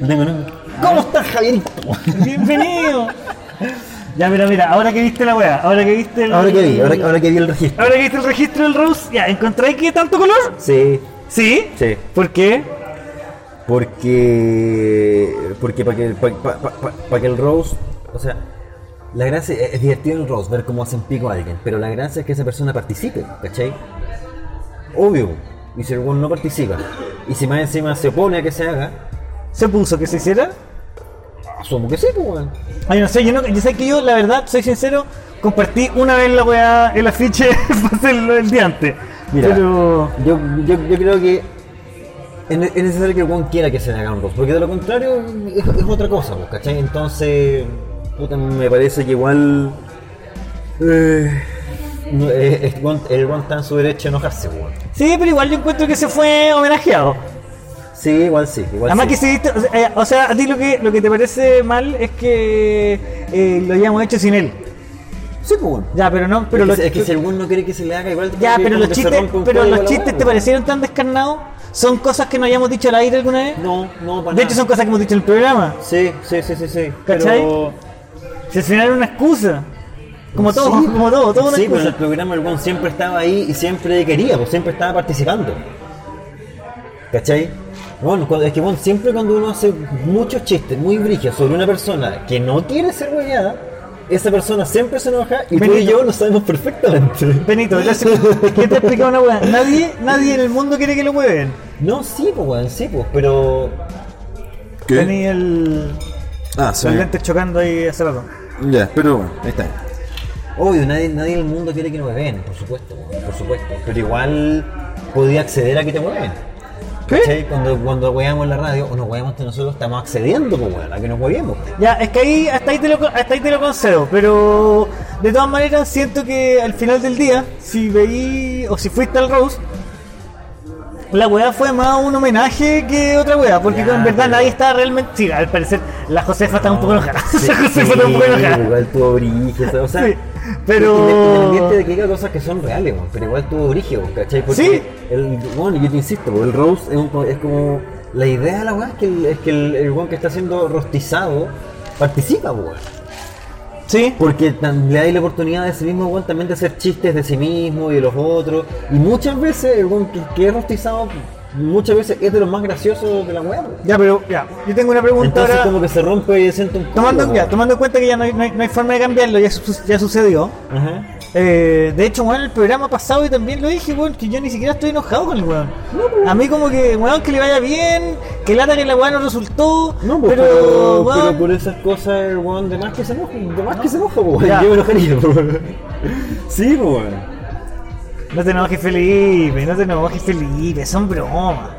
No tengo nada. ¿Cómo estás, Javierito? ¡Bienvenido! ya, pero mira, ahora que viste la weá, ahora que viste el. Ahora que vi, ahora, ahora que vi el registro. ahora que viste el registro del Rose, ya, ¿encontráis que tanto color? Sí, ¿Sí? Sí. ¿Por qué? porque. Porque para que, para, que el Rose. O sea, la gracia es es divertido el Rose, ver cómo hacen pico a alguien, pero la gracia es que esa persona participe, ¿cachai? Obvio, y si el weón no participa, y si más encima se opone a que se haga, ¿Se puso que se hiciera? asumo que sí, pues, weón. Ay, no sé, yo, no, yo sé que yo, la verdad, soy sincero, compartí una vez la weá, el afiche, para hacerlo el día antes. Mira, Pero. yo, yo, yo creo que es ne- es necesario que el weón quiera que se le haga un roast, porque de lo contrario es, es otra cosa, pues, ¿cachai? Entonces, puta, me parece que igual. eh, no, eh, es- weón- el one está en su derecho a enojarse, pues, weón. Sí, pero igual yo encuentro que se fue homenajeado. Sí, igual sí, igual Además Pues sí. que se diste- o sea, eh, o sea, a ti lo que, lo que te parece mal es que eh, lo hayamos hecho sin él. Sí, pues, weón. Ya, pero no, pero es, los, que, si- es que si el weón no quiere que se le haga, igual. ya, como pero los que se chistes, rompe un pero código los la weá, chistes pues. te weón. parecieron tan descarnados, son cosas que no hayamos dicho al aire alguna vez. No, no, para de hecho son cosas que hemos dicho en el programa. Sí, sí, sí, sí, sí. ¿Cachai? Pero... Se al final era una excusa. Como todo, como todo, todo una Sí, pues. pero en el excusa. programa el weón siempre estaba ahí y siempre quería, pues siempre estaba participando. ¿Cachai? Bueno, cuando- es que bueno, siempre cuando uno hace muchos chistes muy brígidos sobre una persona que no quiere ser hueveada, esa persona siempre se enoja y tú y Benito. yo lo sabemos perfectamente. Benito, ya sé- ¿qué te explica una weá? Nadie, nadie en el mundo quiere que lo mueven. No, sí, pues, weón, sí, pues, pero. Tení el, Ah, sí. los lentes chocando ahí hace rato. Ya, pero bueno, ahí está. Obvio, nadie, nadie en el mundo quiere que nos vean, por supuesto, weón, por supuesto. Pero igual podía acceder a que te mueven. ¿Cachai? Cuando, cuando hueamos en la radio, o nos hueamos entre nosotros, estamos accediendo, pues, weón, a que nos hueveemos. Ya, es que ahí, hasta ahí, te lo, hasta ahí te lo concedo, pero de todas maneras siento que al final del día, si veí o si fuiste al Rose, la weá fue más un homenaje que otra weá, porque Ya, en verdad pero- nadie estaba realmente. Sí, al parecer la Josefa estaba un poco enojada. Sí, la Josefa estaba un poco enojada. Igual tuvo brígido, o sea. Sí, pero- Independiente de que diga cosas que son reales, weón, pero igual tuvo brígido, ¿cachai? Porque Sí. el, bueno, yo te insisto, el roast es, un- es como. La idea de la weá es que el, es que el, el weón que está siendo rostizado participa, weón. Sí, Porque tan- le da la oportunidad a ese mismo weón también de hacer chistes de sí mismo y de los otros. Y muchas veces el weón que, que es rostizado, muchas veces es de los más graciosos de la weá. weón. ya, pero ya, yo tengo una pregunta Entonces ahora. como que se rompe y se siente un culo, Tomando, ya, weón. tomando en cuenta que ya no hay, no hay- no hay forma de cambiarlo, ya, su- ya sucedió. Ajá. Eh, de hecho, weón, el programa pasado y también lo dije, weón, que yo ni siquiera estoy enojado con el weón. pues. A mí como que, weón, que le vaya bien, que lata que la weá no resultó, No, pues, pero, pero, pero, weón, por esas cosas el weón de más que se enoja, de más que se enoja, po, weón. Ya. Yo me enojaría, po, weón. Sí, po, weón. no te enojes Felipe, no te enojes Felipe, son bromas.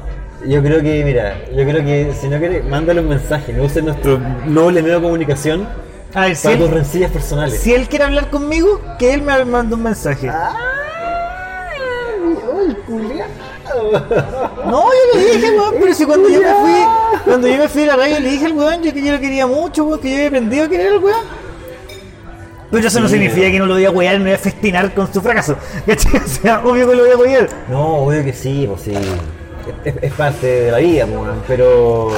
Yo creo que, mira, yo creo que si no quieres, mándale un mensaje, no uses nuestro noble medio de comunicación A ver, si para tus él, rencillas personales. si él quiere hablar conmigo, que él me mande un mensaje. Ah, ¡Ay, culiao! No, yo le dije, weón, pero si cuando yo me fui, cuando yo me fui a la radio le dije al weón, yo que yo lo quería mucho, weón, que yo había aprendido a querer al weón. Pero eso no significa que no lo voy a wear, no voy a festinar con su fracaso. ¿Cachai? O sea, obvio que lo voy a wear. No, obvio que sí, pues sí. Es, es- es parte de la vida, po, weón, pero.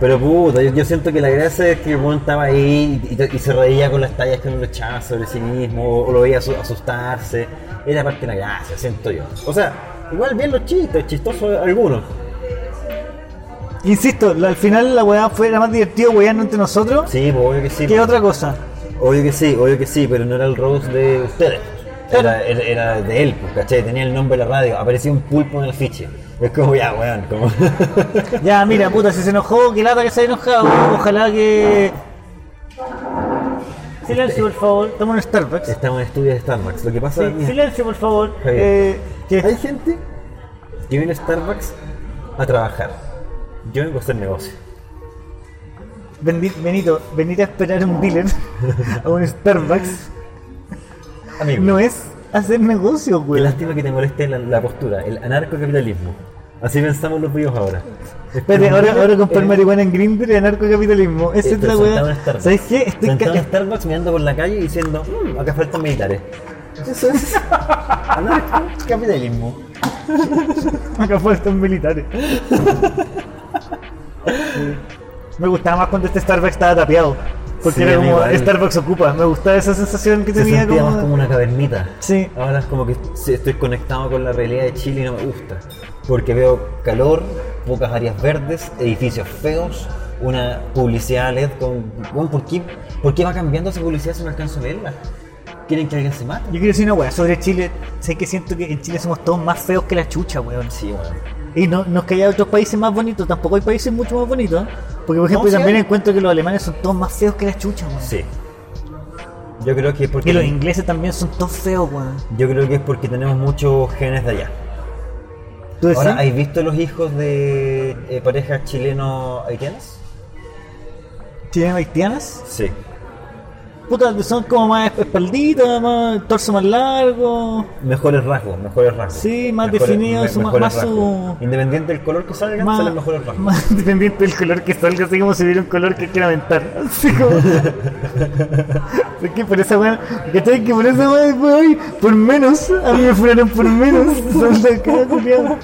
Pero puta, yo, yo siento que la gracia es que el weón estaba ahí y, y- y se reía con las tallas que uno le echaba sobre sí mismo, o lo veía asu- asustarse. Era parte de la gracia, siento yo. O sea, igual bien los chistes, chistosos algunos. Insisto, la- al final la weá fue la más divertida weando entre nosotros Sí, pues obvio que sí. que otra cosa. Obvio que sí, obvio que sí, pero no era el Rose de ustedes. Era, era- era de él, pues, ¿cachai? Tenía el nombre de la radio, aparecía un pulpo en el fiche. Es como, ya, weón, como. Ya, mira, puta, si se enojó, que lata que se haya enojado. Ojalá que. Silencio, por favor. Toma un Starbucks. Estamos en estudios de Starbucks. Lo que pasa Sí, mira, silencio, por favor. bien. Eh, que- hay gente que viene a Starbucks a trabajar. Yo vengo a hacer negocio. Bendi- Benito, venir a esperar un dealer a un Starbucks Amigo, no es hacer negocio, qué güey. lástima que te moleste la, la postura, el anarcocapitalismo. Así pensamos los vídeos ahora. Espérate, ahora, ahora comprar Este Eh, marihuana en Grindr y anarcocapitalismo. Esa eh, es pero la sentado en weá. Starbucks. ¿Sabes qué? Estoy Sentado ca- en Starbucks mirando por la calle y diciendo, "Mm, acá faltan militares. Eso es anarcocapitalismo. Acá faltan militares. Me gustaba más cuando este Starbucks estaba tapeado. Porque Sí, era a mí como igual. Starbucks ocupa. Me gustaba esa sensación que Se tenía sentía como. más de- como una cavernita. Sí. Ahora es como que sí, estoy conectado con la realidad de Chile y no me gusta. Porque veo calor, pocas áreas verdes, edificios feos, una publicidad LED con... Bueno, ¿por, qué, ¿Por qué va cambiando esa publicidad si no alcanzo a verla? ¿Quieren que alguien se mate? Yo quiero decir una weá sobre Chile. Sé que siento que en Chile somos todos más feos que la chucha, weón. Sí, bueno. Y no, no es que haya otros países más bonitos, tampoco hay países mucho más bonitos. Porque, por ejemplo, sí también hay. encuentro que los alemanes son todos más feos que la chucha, weón. Sí. Yo creo que es Y porque... los ingleses también son todos feos, weón. Yo creo que es porque tenemos muchos genes de allá. ¿Tú decís? Ahora, ¿has visto los hijos de eh, parejas chileno-haitianas? ¿Tienen haitianas? Sí. Puta, son como más espalditas, más torso más largo. Mejores rasgos, mejores rasgos. Sí, más definido, su- mejores más su- rasgos. Independiente del color que salgan, Más, salen mejores rasgos. más dependiente del color que salga, así como si hubiera un color que quiera aumentar. Así como. es que por esa weá, ¿cachai? Que por esa weá, weón, por menos, a mí me fueron por menos. Son la cara, culiao.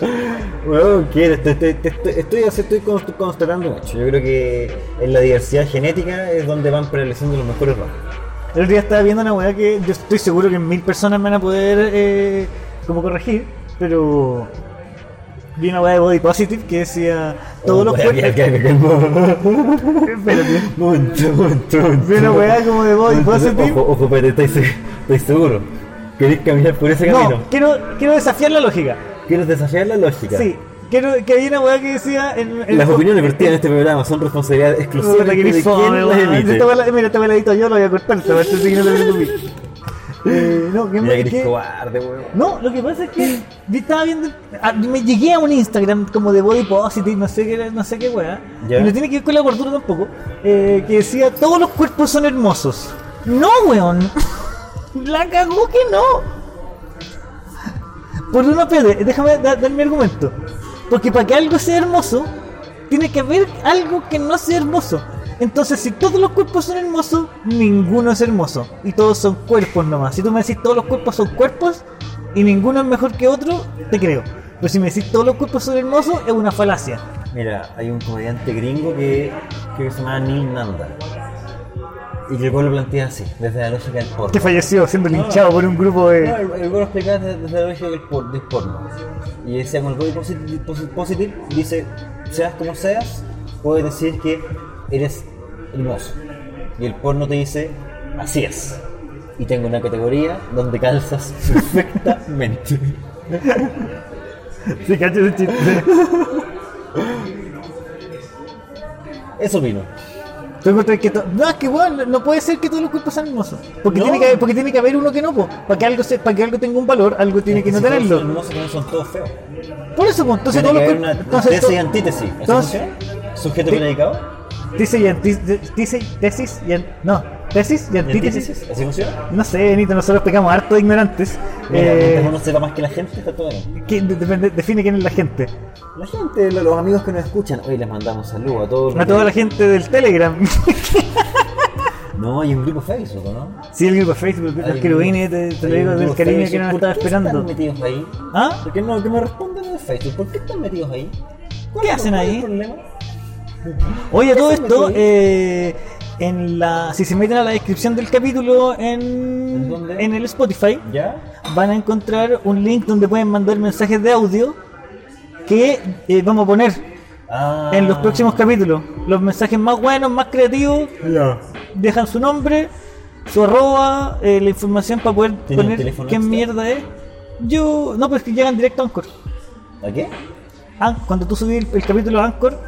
Bueno, ¿qué eres? Te- te- te- estoy, estoy, así estoy const- constatando mucho. Yo creo que en la diversidad genética es donde van prevaleciendo los mejores rasgos. El otro día estaba viendo una weá que yo estoy seguro que mil personas me van a poder eh, como corregir, pero vi una weá de Body Positive que decía todos los cuerpos. cuerpos. Espérate. Momento, momento, momento. Vi una weá como de Body Positive. Ojo, ojo, pero estáis se- estáis seguro. ¿Queréis caminar por ese camino? No, quiero, quiero desafiar la lógica. ¿Quieres desafiar la lógica? Sí, quiero que había una weá que decía en, en Las opiniones vertidas en este programa son responsabilidad exclusiva Puta, de que ni quien fome, las weón. emite. Esta weá la- Mira, esta weá la edito yo, la voy a cortar, esta weá, así que no te preocupes. Eh, No, que- Mira que que- eres cobarde, weón. No, lo que pasa es que vi- estaba viendo. ah, Me llegué a un Instagram como de body positive, no sé qué, era- no sé qué weá. Ya. Y no tiene que ver con la gordura tampoco. eh, que decía, todos los cuerpos son hermosos. No, weón. la cagó que no. Por una pede, déjame da- dar mi argumento. Porque para que algo sea hermoso, tiene que haber algo que no sea hermoso. Entonces, si todos los cuerpos son hermosos, ninguno es hermoso. Y todos son cuerpos nomás. Si tú me decís todos los cuerpos son cuerpos y ninguno es mejor que otro, te creo. Pero si me decís todos los cuerpos son hermosos, es una falacia. Mira, hay un comediante gringo que creo que se llama Neil Nanda. Y que el güey lo plantea así, desde la lógica del porno. Que falleció siendo linchado por un grupo No, el de. el güey lo explicaba desde, desde la lógica del, por- del porno. Y decía, con el body positive, posi- positive, dice, seas como seas, puedes decir que eres hermoso. Y el porno te dice, así es. Y tengo una categoría donde calzas perfectamente. Sí, cacho ese chiste. Eso vino. Tú encuentras que to- no, es que bueno, no puede ser que todos los cuerpos sean hermosos. Porque, No. tiene, que haber, porque tiene que haber uno que no, po. Para que, algo se- para que algo tenga un valor, algo tiene que no Los tenerlo. hermosos también son todos feos. Por eso, po, Tiene que entonces todos los haber cuerpos. una entonces, tesis to- y antítesis. ¿Así entonces- funciona? ¿Sujeto Sí. predicado? Tesis y antítesis. Tesis y an- No, tesis y ¿Y antítesis. antítesis? ¿Así funciona? No sé, Benito, nosotros pegamos harto de ignorantes. Mira, Eh, mientras uno sepa más que la gente, está todo bien. ¿quién de- depende- define quién es la gente. La gente, lo- los amigos que nos escuchan, hoy les mandamos saludos a todos. A toda la gente del Telegram. No, hay un grupo Facebook, ¿no? sí, el grupo de Facebook, los Hay querubines, un grupo- te, te hay lo digo un del grupo cariño que Facebook. nos ¿Por estaba qué esperando. están metidos ahí? ¿Ah? ¿Por qué no? Que me respondan en Facebook. ¿Por qué están metidos ahí? ¿Cuál ¿Qué es- hacen cuál es ahí? el problema? Oye, todo Eso me esto, fui. eh, en la, si se meten a la descripción del capítulo ¿En en, dónde? en el Spotify, ¿Ya? van a encontrar un link donde pueden mandar mensajes de audio que eh, vamos a poner Ah. en los próximos capítulos. Los mensajes más buenos, más creativos, Ya. dejan su nombre, su arroba, eh, la información para poder ¿Tienen poner teléfono este? qué extra? mierda es. Yo, no, pues que llegan directo a Anchor. ¿A qué? Ah, cuando tú subís el, el capítulo a Anchor,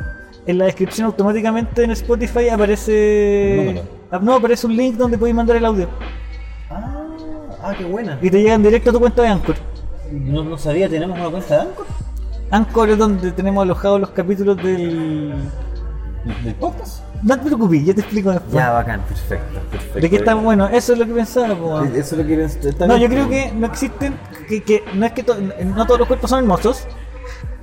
en la descripción automáticamente en Spotify aparece. Número. Ah, No, aparece un link donde podéis mandar el audio. Ah, ah, qué buena. Y te llegan directo a tu cuenta de Anchor. No, no sabía, ¿tenemos una cuenta de Anchor? Anchor es donde tenemos alojados los capítulos del. ¿Del podcast? No te preocupes, yo te explico después. Ya, bacán, perfecto, perfecto. de qué está bueno, eso es lo que pensaba. po. Eso es lo que pienso, está No, yo bien. creo que no existen, que, que no es que to- no todos los cuerpos son hermosos,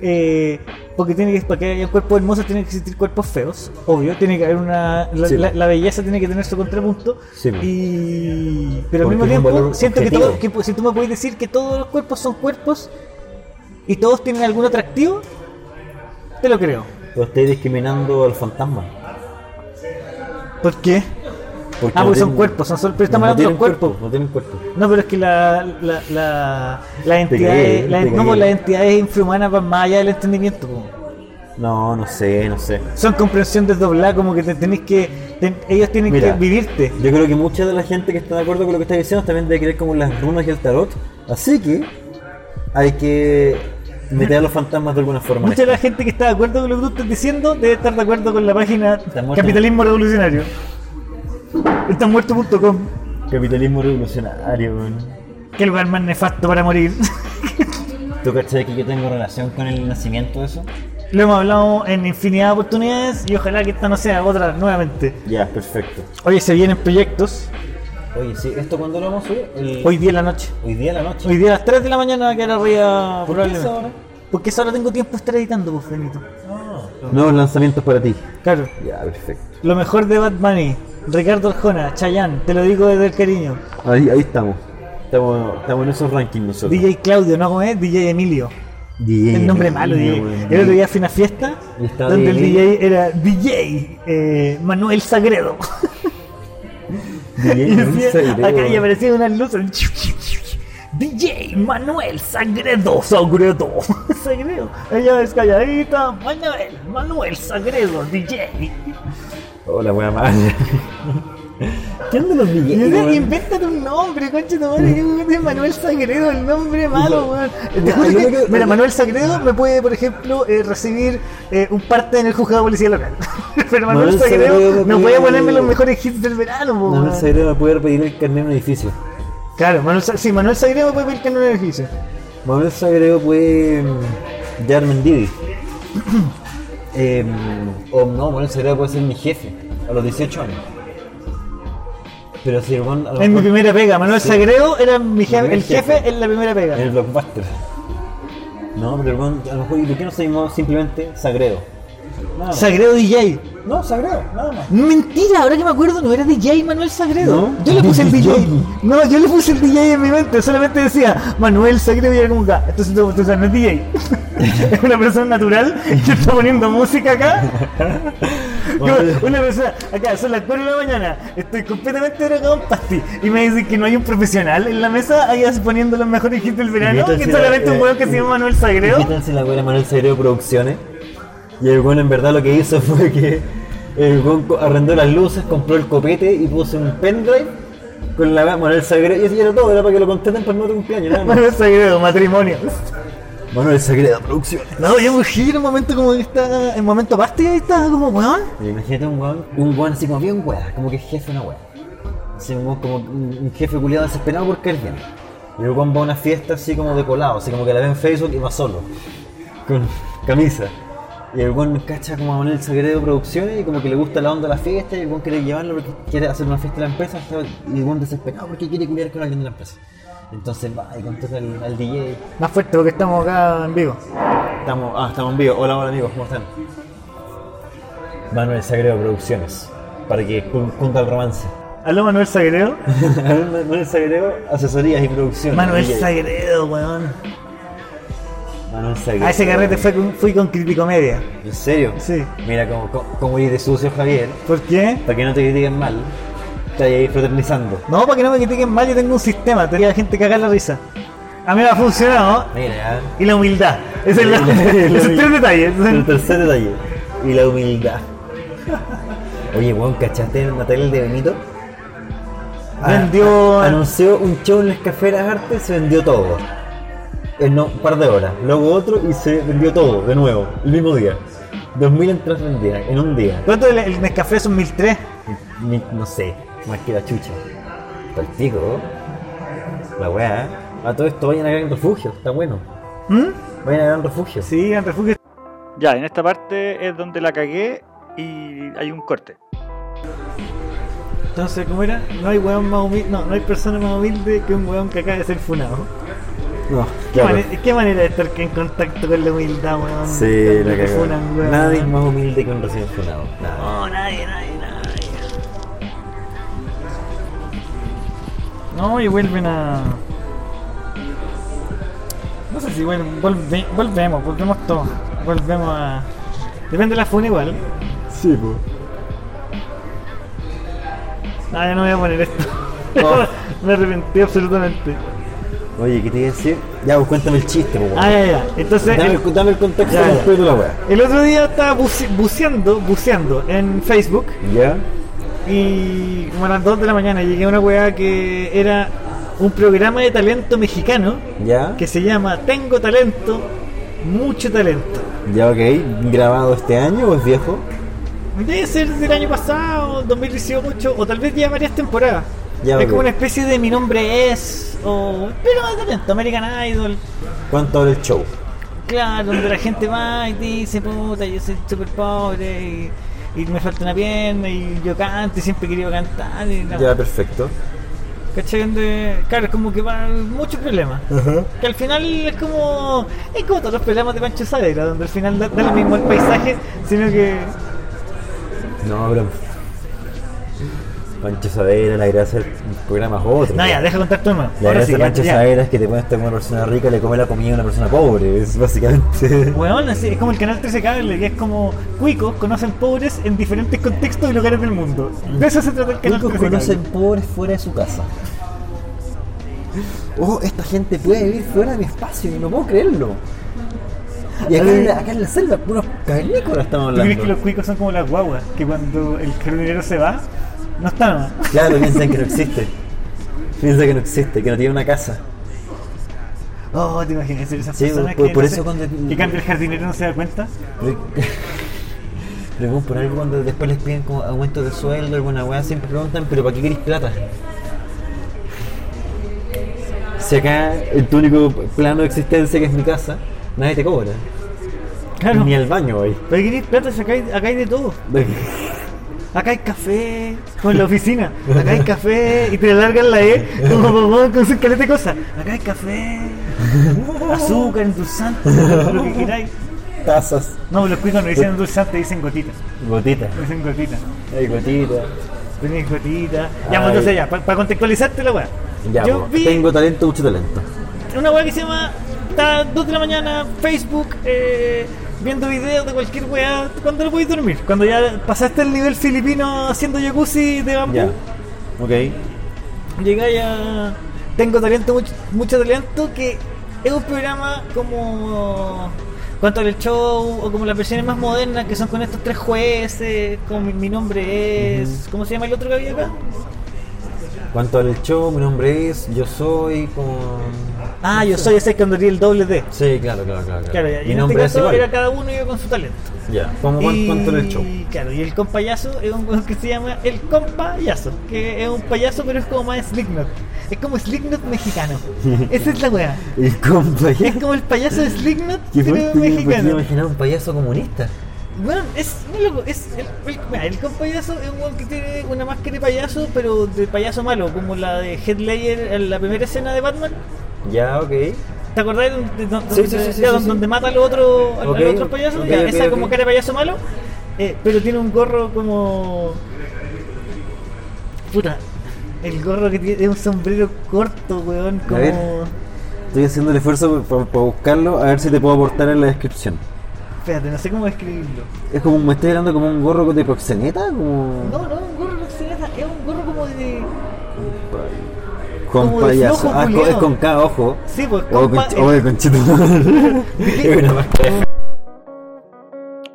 eh, porque tiene que, para que haya cuerpos hermosos tiene que existir cuerpos feos, obvio, tiene que haber una, la, Sí, la- po. la belleza tiene que tener su contrapunto, Sí, po. y, pero al Porque mismo es un tiempo valor siento que, objetivo. todo- que pues, si tú me puedes decir que todos los cuerpos son cuerpos y todos tienen algún atractivo, te lo creo. Pero estáis discriminando al fantasma. ¿Por qué? Porque Ah, no porque son tienen- cuerpos, son sol- pero estamos no hablando de tienen los cuerpo, cuerpos. No tienen cuerpo. No, pero es que la, la, la, las cagué, entidades, las- te no, pues cagué. las entidades infrahumanas van más allá del entendimiento. po. No, no sé, no sé. Son comprensión desdoblada, como que te tenés que, te- ellos tienen Mira, que vivirte. Yo creo que mucha de la gente que está de acuerdo con lo que está diciendo también debe creer como en las runas y el tarot. Así que hay que meter a los fantasmas de alguna forma. Mucha de la gente que está de acuerdo con lo que tú estás diciendo debe estar de acuerdo con la página muerto. Capitalismo Revolucionario. Estasmuerto.com. Capitalismo revolucionario, weón. Qué lugar más nefasto para morir. ¿Tú cachai que yo tengo relación con el nacimiento de eso? lo hemos hablado en infinidad de oportunidades y ojalá que esta no sea otra nuevamente. Ya, perfecto. Hoy se vienen proyectos, Oye, sí, ¿esto cuándo lo vamos a subir? El- hoy día en la noche. Hoy día de la noche. Hoy día a las 3 de la mañana va a quedar ¿Por arriba qué probablemente. esa hora? Porque esa hora tengo tiempo de estar editando, pues Benito. Nuevos lanzamientos para ti. Claro. Ya, perfecto. Lo mejor de Bad Bunny, Ricardo Arjona, Chayanne, te lo digo desde el cariño. Ahí, ahí estamos. estamos. Estamos en esos rankings nosotros. DJ Claudio, ¿no? ¿Cómo es? DJ Emilio. DJ. el nombre malo, DJ. El otro día fui a una fiesta Y estaba donde DJ. el DJ era DJ eh, Manuel Sagredo. DJ, Y no decía, sé, creo. acá y aparecían unas luces. DJ Manuel Sagredo, Sagredo, Sagredo. Ella es calladita, Manuel, Manuel Sagredo, DJ. Hola, buena madre. ¿Qué onda los Y DJs? dice, weón? invéntate un nombre, concha tu madre. Yo de Manuel Sagredo, el nombre malo, weón. Te Ya, juro yo que- creo que- mira, Manuel Sagredo me puede, por ejemplo, eh, recibir eh, un parte en el juzgado de policía local. Pero Manuel, Manuel Sagredo, Sagredo no que- puede ponerme los mejores hits del verano, po, No, no weón. sé, creo que me puede pedir el carnet en un edificio. Claro, Manuel, Sa- sí, Manuel Sagredo me puede pedir que no le dijese. Manuel Sagredo puede mm, llevar Mendivi. Em, o no, Manuel Sagredo puede ser mi jefe a los 18 años. Pero si el weón a lo En mi mejor- primera pega, Manuel Ah, Sí. Sagredo era mi jefe- primer el jefe, jefe. en la primera pega. en el blockbuster. No, pero el weón, a lo mejor, ¿y por qué no se llamó simplemente Sagredo? Nada más. Sagredo DJ. no, Sagredo, nada más. Mentira, ahora que me acuerdo, no era DJ Manuel Sagredo. ¿No? Yo le puse el DJ. DJ. No, yo le puse el DJ en mi mente. Solamente decía Manuel Sagredo y era nunca. Entonces, tú, tú, o sea, no es DJ. es una persona natural que está poniendo música acá. Como una persona, acá son las 4 de la mañana. Estoy completamente drogado en pasti. Y me dicen que no hay un profesional en la mesa allá poniendo los mejores hits del verano. Que Invítense es la- solamente un eh, weón que se llama Manuel Sagredo. Quítense la buena Manuel Sagredo Producciones. Y el weón en verdad lo que hizo fue que el weón co- arrendó las luces, compró el copete y puso un pendrive con la Manuel Sagredo. Y así era todo, era para que lo contraten para el nuevo cumpleaños. nada más. Manuel Sagredo, matrimonio. Manuel Sagredo Producciones. No, yo me en un momento como que está, en momento pasti, ahí está como weón. Pero imagínate un weón, un weón así como bien weá, como que es jefe de una weá. Así un weón como un un jefe culiado desesperado por caer bien. Y el weón va a una fiesta así como de colado, así como que la ve en Facebook y va solo. Con camisa. Y el weón cacha como a Manuel Sagredo Producciones y como que le gusta la onda de la fiesta y el weón quiere llevarlo porque quiere hacer una fiesta de la empresa está- y el weón desesperado porque quiere culiar con alguien de la empresa. Entonces va y contesta al, al DJ. Más fuerte porque estamos acá en vivo. Estamos, ah, estamos en vivo. Hola, hola amigos, ¿cómo están? Manuel Sagredo Producciones, para que jun- junta el romance. ¿Aló Manuel Sagredo? Manuel Sagredo, asesorías y producciones. Manuel DJ. Sagredo, weón. Manuel Sagredo. A ese carrete fue con- fui con Criticomedia. ¿En serio? Sí. Mira cómo, cómo, cómo eres de sucio, Javier. ¿Por qué? Para que no te critiquen mal, estás ahí fraternizando. No, para que no me critiquen mal, yo tengo un sistema, tenía la gente cagar la risa. A mí me ha funcionado. Mira, Y la humildad. Es el, La humildad. esos tres detalles. el tercer detalle. Y la humildad. Oye, weón, ¿cachaste el Natal de Benito? Ah, Vendió- anunció un show en las Café de las Artes, se vendió todo. En no- un par de horas. Luego otro y se vendió todo, de nuevo, el mismo día. 2.000 entradas vendidas en un día. ¿Cuánto el, el Nescafé es un 1003? Ni- no sé, más que la chucha. Pa'l pico. La weá. ¿eh? A todo esto vayan a Gran Refugio, está bueno. ¿Mm? Vayan a Gran Refugio. Sí, en refugio. Ya, en esta parte es donde la cagué y hay un corte. Entonces, ¿cómo era? No hay weón más humilde, no, no hay persona más humilde que un weón que acaba de ser funado. No, ¿Qué, claro. mane- qué manera de estar en contacto con la humildad, weón? Sí, la Te cagó. funan, weón. Nadie es más humilde que un recién funado. Nada. No, nadie, nadie, nadie. No, y vuelven a. No sé si vuelven, volve- volvemos, volvemos todos. Volvemos a, Depende de la funa igual. Sí, pues. Ah, ya no voy a poner esto. Oh. Me arrepentí absolutamente. Oye, ¿qué te iba a decir? Ya, pues cuéntame el chiste, pues. Ah, ya, ya. Entonces, dame, el, el, dame el contexto Ya, ya. completo de la weá. el otro día estaba buce- buceando, buceando en Facebook ¿Ya? y como a las 2 de la mañana llegué a una weá que era un programa de talento mexicano ¿Ya? que se llama Tengo Talento, Mucho Talento. ¿Ya, ok? ¿Grabado este año o es viejo? Debe ser del año pasado, 2018, o tal vez ya varias temporadas. Ya, es ok. como una especie de Mi Nombre Es, o... Pero de talento, American Idol, ¿Cuánto dura el show? Claro, donde la gente va y dice, puta, yo soy súper pobre y, y me falta una pierna y yo canto y siempre he querido cantar. Y la- Ya, perfecto. ¿Cachai? Donde- claro, es como que van muchos problemas. Ajá. Que al final es como. Es como todos los programas de Pancho Saavedra, donde al final da, da lo mismo el paisaje, sino que. No, pero. Pancho Savera, la gracia del programa es otra. No, ya, deja contar tu hermano. La Ahora gracia sí, de ya, Pancho ya. Savera es que te pones como una persona rica y le come la comida a una persona pobre. Es básicamente. Weón, así, es como el canal 13 cable, que es como cuicos conocen pobres en diferentes contextos y lugares del mundo. De eso se trata el canal Chicos 13 cable. conocen pobres fuera de su casa. Oh, esta gente puede vivir fuera de mi espacio y no puedo creerlo. Y acá, en la, acá en la selva, puros cavernícolas estamos ¿Tú crees que hablando. los cuicos son como las guaguas? Que cuando el carabinero se va, no está nada. Claro, piensan que no existe. Piensan que no existe, que no tiene una casa. Oh, te imaginas ser esas Sí, personas por- que, por no eso se- cuando- que cambia el jardinero no se da cuenta. Le- Le podemos poner algo cuando después les piden como aumentos de sueldo, alguna weá, siempre preguntan, pero ¿para qué queréis plata? Si acá el tu único plano de existencia que es mi casa, nadie te cobra. Claro. Ni al baño hoy. Pero queréis plata, si acá hay, acá hay de todo. Acá hay café, como en la oficina. Acá hay café y te largan la E como bombón con su caleta de cosas. Acá hay café, azúcar, endulzante, lo que queráis. Tazas. No, los cuicos no dicen endulzante, dicen gotitas. Gotitas. Dicen gotitas. Hay gotitas. Tenés gotita. Ya, pues Ay. entonces ya, para contextualizarte la weá. Ya, Yo po. vi tengo talento, mucho talento. una weá que se llama. Está 2 de la mañana, Facebook, eh, viendo videos de cualquier weá. ¿Cuándo lo podéis dormir? Cuando ya pasaste el nivel filipino haciendo jacuzzi de bambú, Ya. Ok. llegáis a. Tengo talento, mucho, mucho talento, que es un programa como. Cuanto al show, o como las versiones más modernas, que son con estos tres jueces, como mi, Mi nombre es. ¿Cómo se llama el otro que había acá? Cuanto al show, mi nombre es, yo soy con... Ah, yo soy ese que andaría el doble D. Sí, claro, claro, claro. Claro, ya, y Mi en este nombre es caso igual. era cada uno iba con su talento. Ya. ¿Cómo, cuán- Y- ¿Cuánto era el show? Claro, y el compayazo es un weón que se llama el compayazo, que es un payaso pero es como más Slipknot. Es como Slipknot mexicano. Esa es la weá. El compa Es como el payaso de Slipknot ¿Qué pero mexicano. imaginar un payaso comunista. Bueno, es muy loco, es el, el, mira, el compayazo es un weón que tiene una máscara de payaso, pero de payaso malo, como la de Headlayer en la primera escena de Batman. Ya, ok. ¿Te acordás de, de- de- Sí, sí, sí, sí, ya, sí, donde, sí. donde mata al otro, al, al Ok, otro payaso? ok, ya, ok, esa como ok. cara de payaso malo, eh, pero tiene un gorro como. Puta, el gorro que tiene es un sombrero corto, weón, A ver. como. Estoy haciendo el esfuerzo para buscarlo, a ver si te puedo aportar en la descripción. Espérate, no sé cómo describirlo. Es como, me estoy hablando como un gorro de proxeneta, como... No, no, un gorro no se nada, es un gorro como de. con como de payaso. flojo Ah, co- culiao. es con cada ojo. Sí, pues, Oh, compa, conch- el- oh, conchito. es una máscara.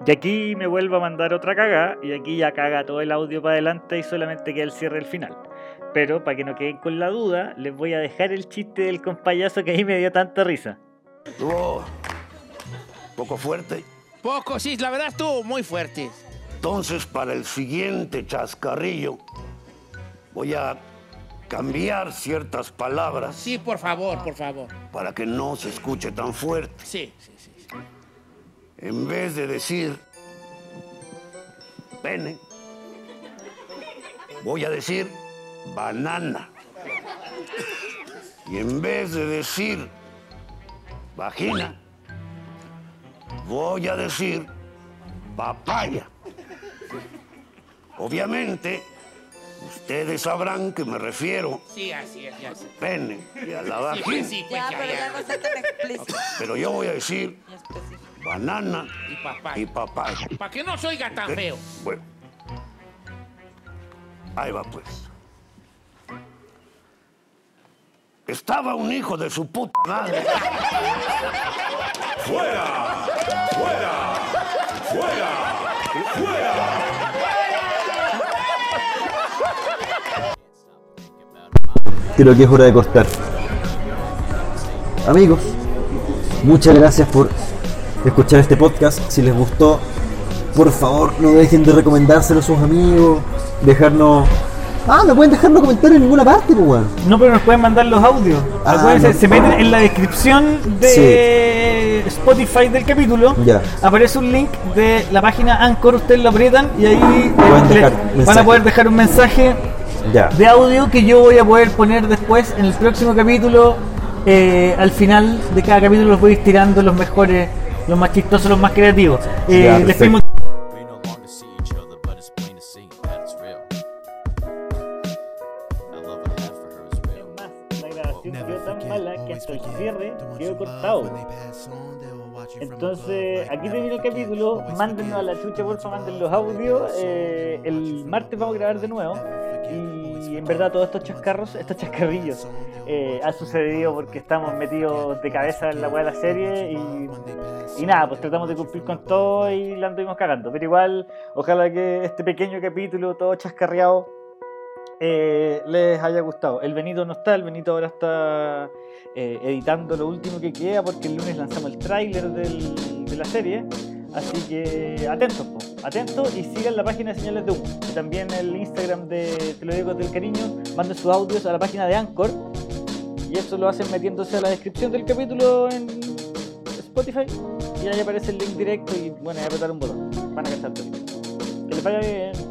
Y aquí me vuelvo a mandar otra caga y aquí ya caga todo el audio para adelante y solamente queda el cierre del final. Pero para que no queden con la duda, les voy a dejar el chiste del compayazo que ahí me dio tanta risa. Oh, poco fuerte. Poco, sí, la verdad estuvo muy fuerte. Entonces, para el siguiente chascarrillo, voy a cambiar ciertas palabras Sí, por favor, por favor. para que no se escuche tan fuerte. Sí, sí, sí. En vez de decir pene, voy a decir banana. Y en vez de decir vagina, voy a decir papaya. Obviamente, ustedes sabrán que me refiero Sí, así es, ya sé. pene y a la Sí, pues, vagina. sí, pues, Ya, ya, pero ya. ya no sea tan explícito. Pero yo voy a decir específico. banana Y papá. y papaya. Para que no se oiga tan ¿Qué? feo. Bueno. Ahí va pues. Estaba un hijo de su puta madre. ¡Fuera! ¡Fuera! ¡Fuera! ¡Fuera! Creo que es hora de cortar. Amigos, muchas gracias por escuchar este podcast. Si les gustó, por favor no dejen de recomendárselo a sus amigos. Dejarnos. Ah, no pueden dejarnos comentarios en ninguna parte, pues, weón. No, pero nos pueden mandar los audios. Ah, Acuérdense, no. se meten en la descripción de Spotify del capítulo. Ya. Aparece un link de la página Anchor, ustedes lo aprietan y ahí Pueden le- dejar van a mensaje. poder dejar un mensaje Ya. de audio que yo voy a poder poner después en el próximo capítulo. Eh, al final de cada capítulo los voy tirando los mejores, los más chistosos, los más creativos. Eh, Ya, les perfecto. pedimos We no longer see each other, but it's plain to see that it's real. I love I had for her is real. Más, la grabación quedó tan mala que hasta el cierre quedó cortado. Entonces, Entonces, aquí termina el capítulo. Mándenos a la chucha, porfa, manden los audios. eh, el martes vamos a grabar de nuevo. Y en verdad, todos estos chascarros, estos chascarrillos, eh, ha sucedido porque estamos metidos de cabeza en la weá de la serie. Y, y nada, pues tratamos de cumplir con todo y la anduvimos cagando. Pero igual, ojalá que este pequeño capítulo, todo chascarreado, eh, les haya gustado. El Benito no está, el Benito ahora está eh, editando lo último que queda porque el lunes lanzamos el tráiler del- de la serie. Así que atentos, po, atentos y sigan la página de Señales de Humo. Y también el Instagram de Te lo digo del cariño. Manden sus audios a la página de Anchor. Y eso lo hacen metiéndose a la descripción del capítulo en Spotify. Y ahí aparece el link directo y bueno, ahí apretar un botón. Van a cachar todo. Que les vaya bien.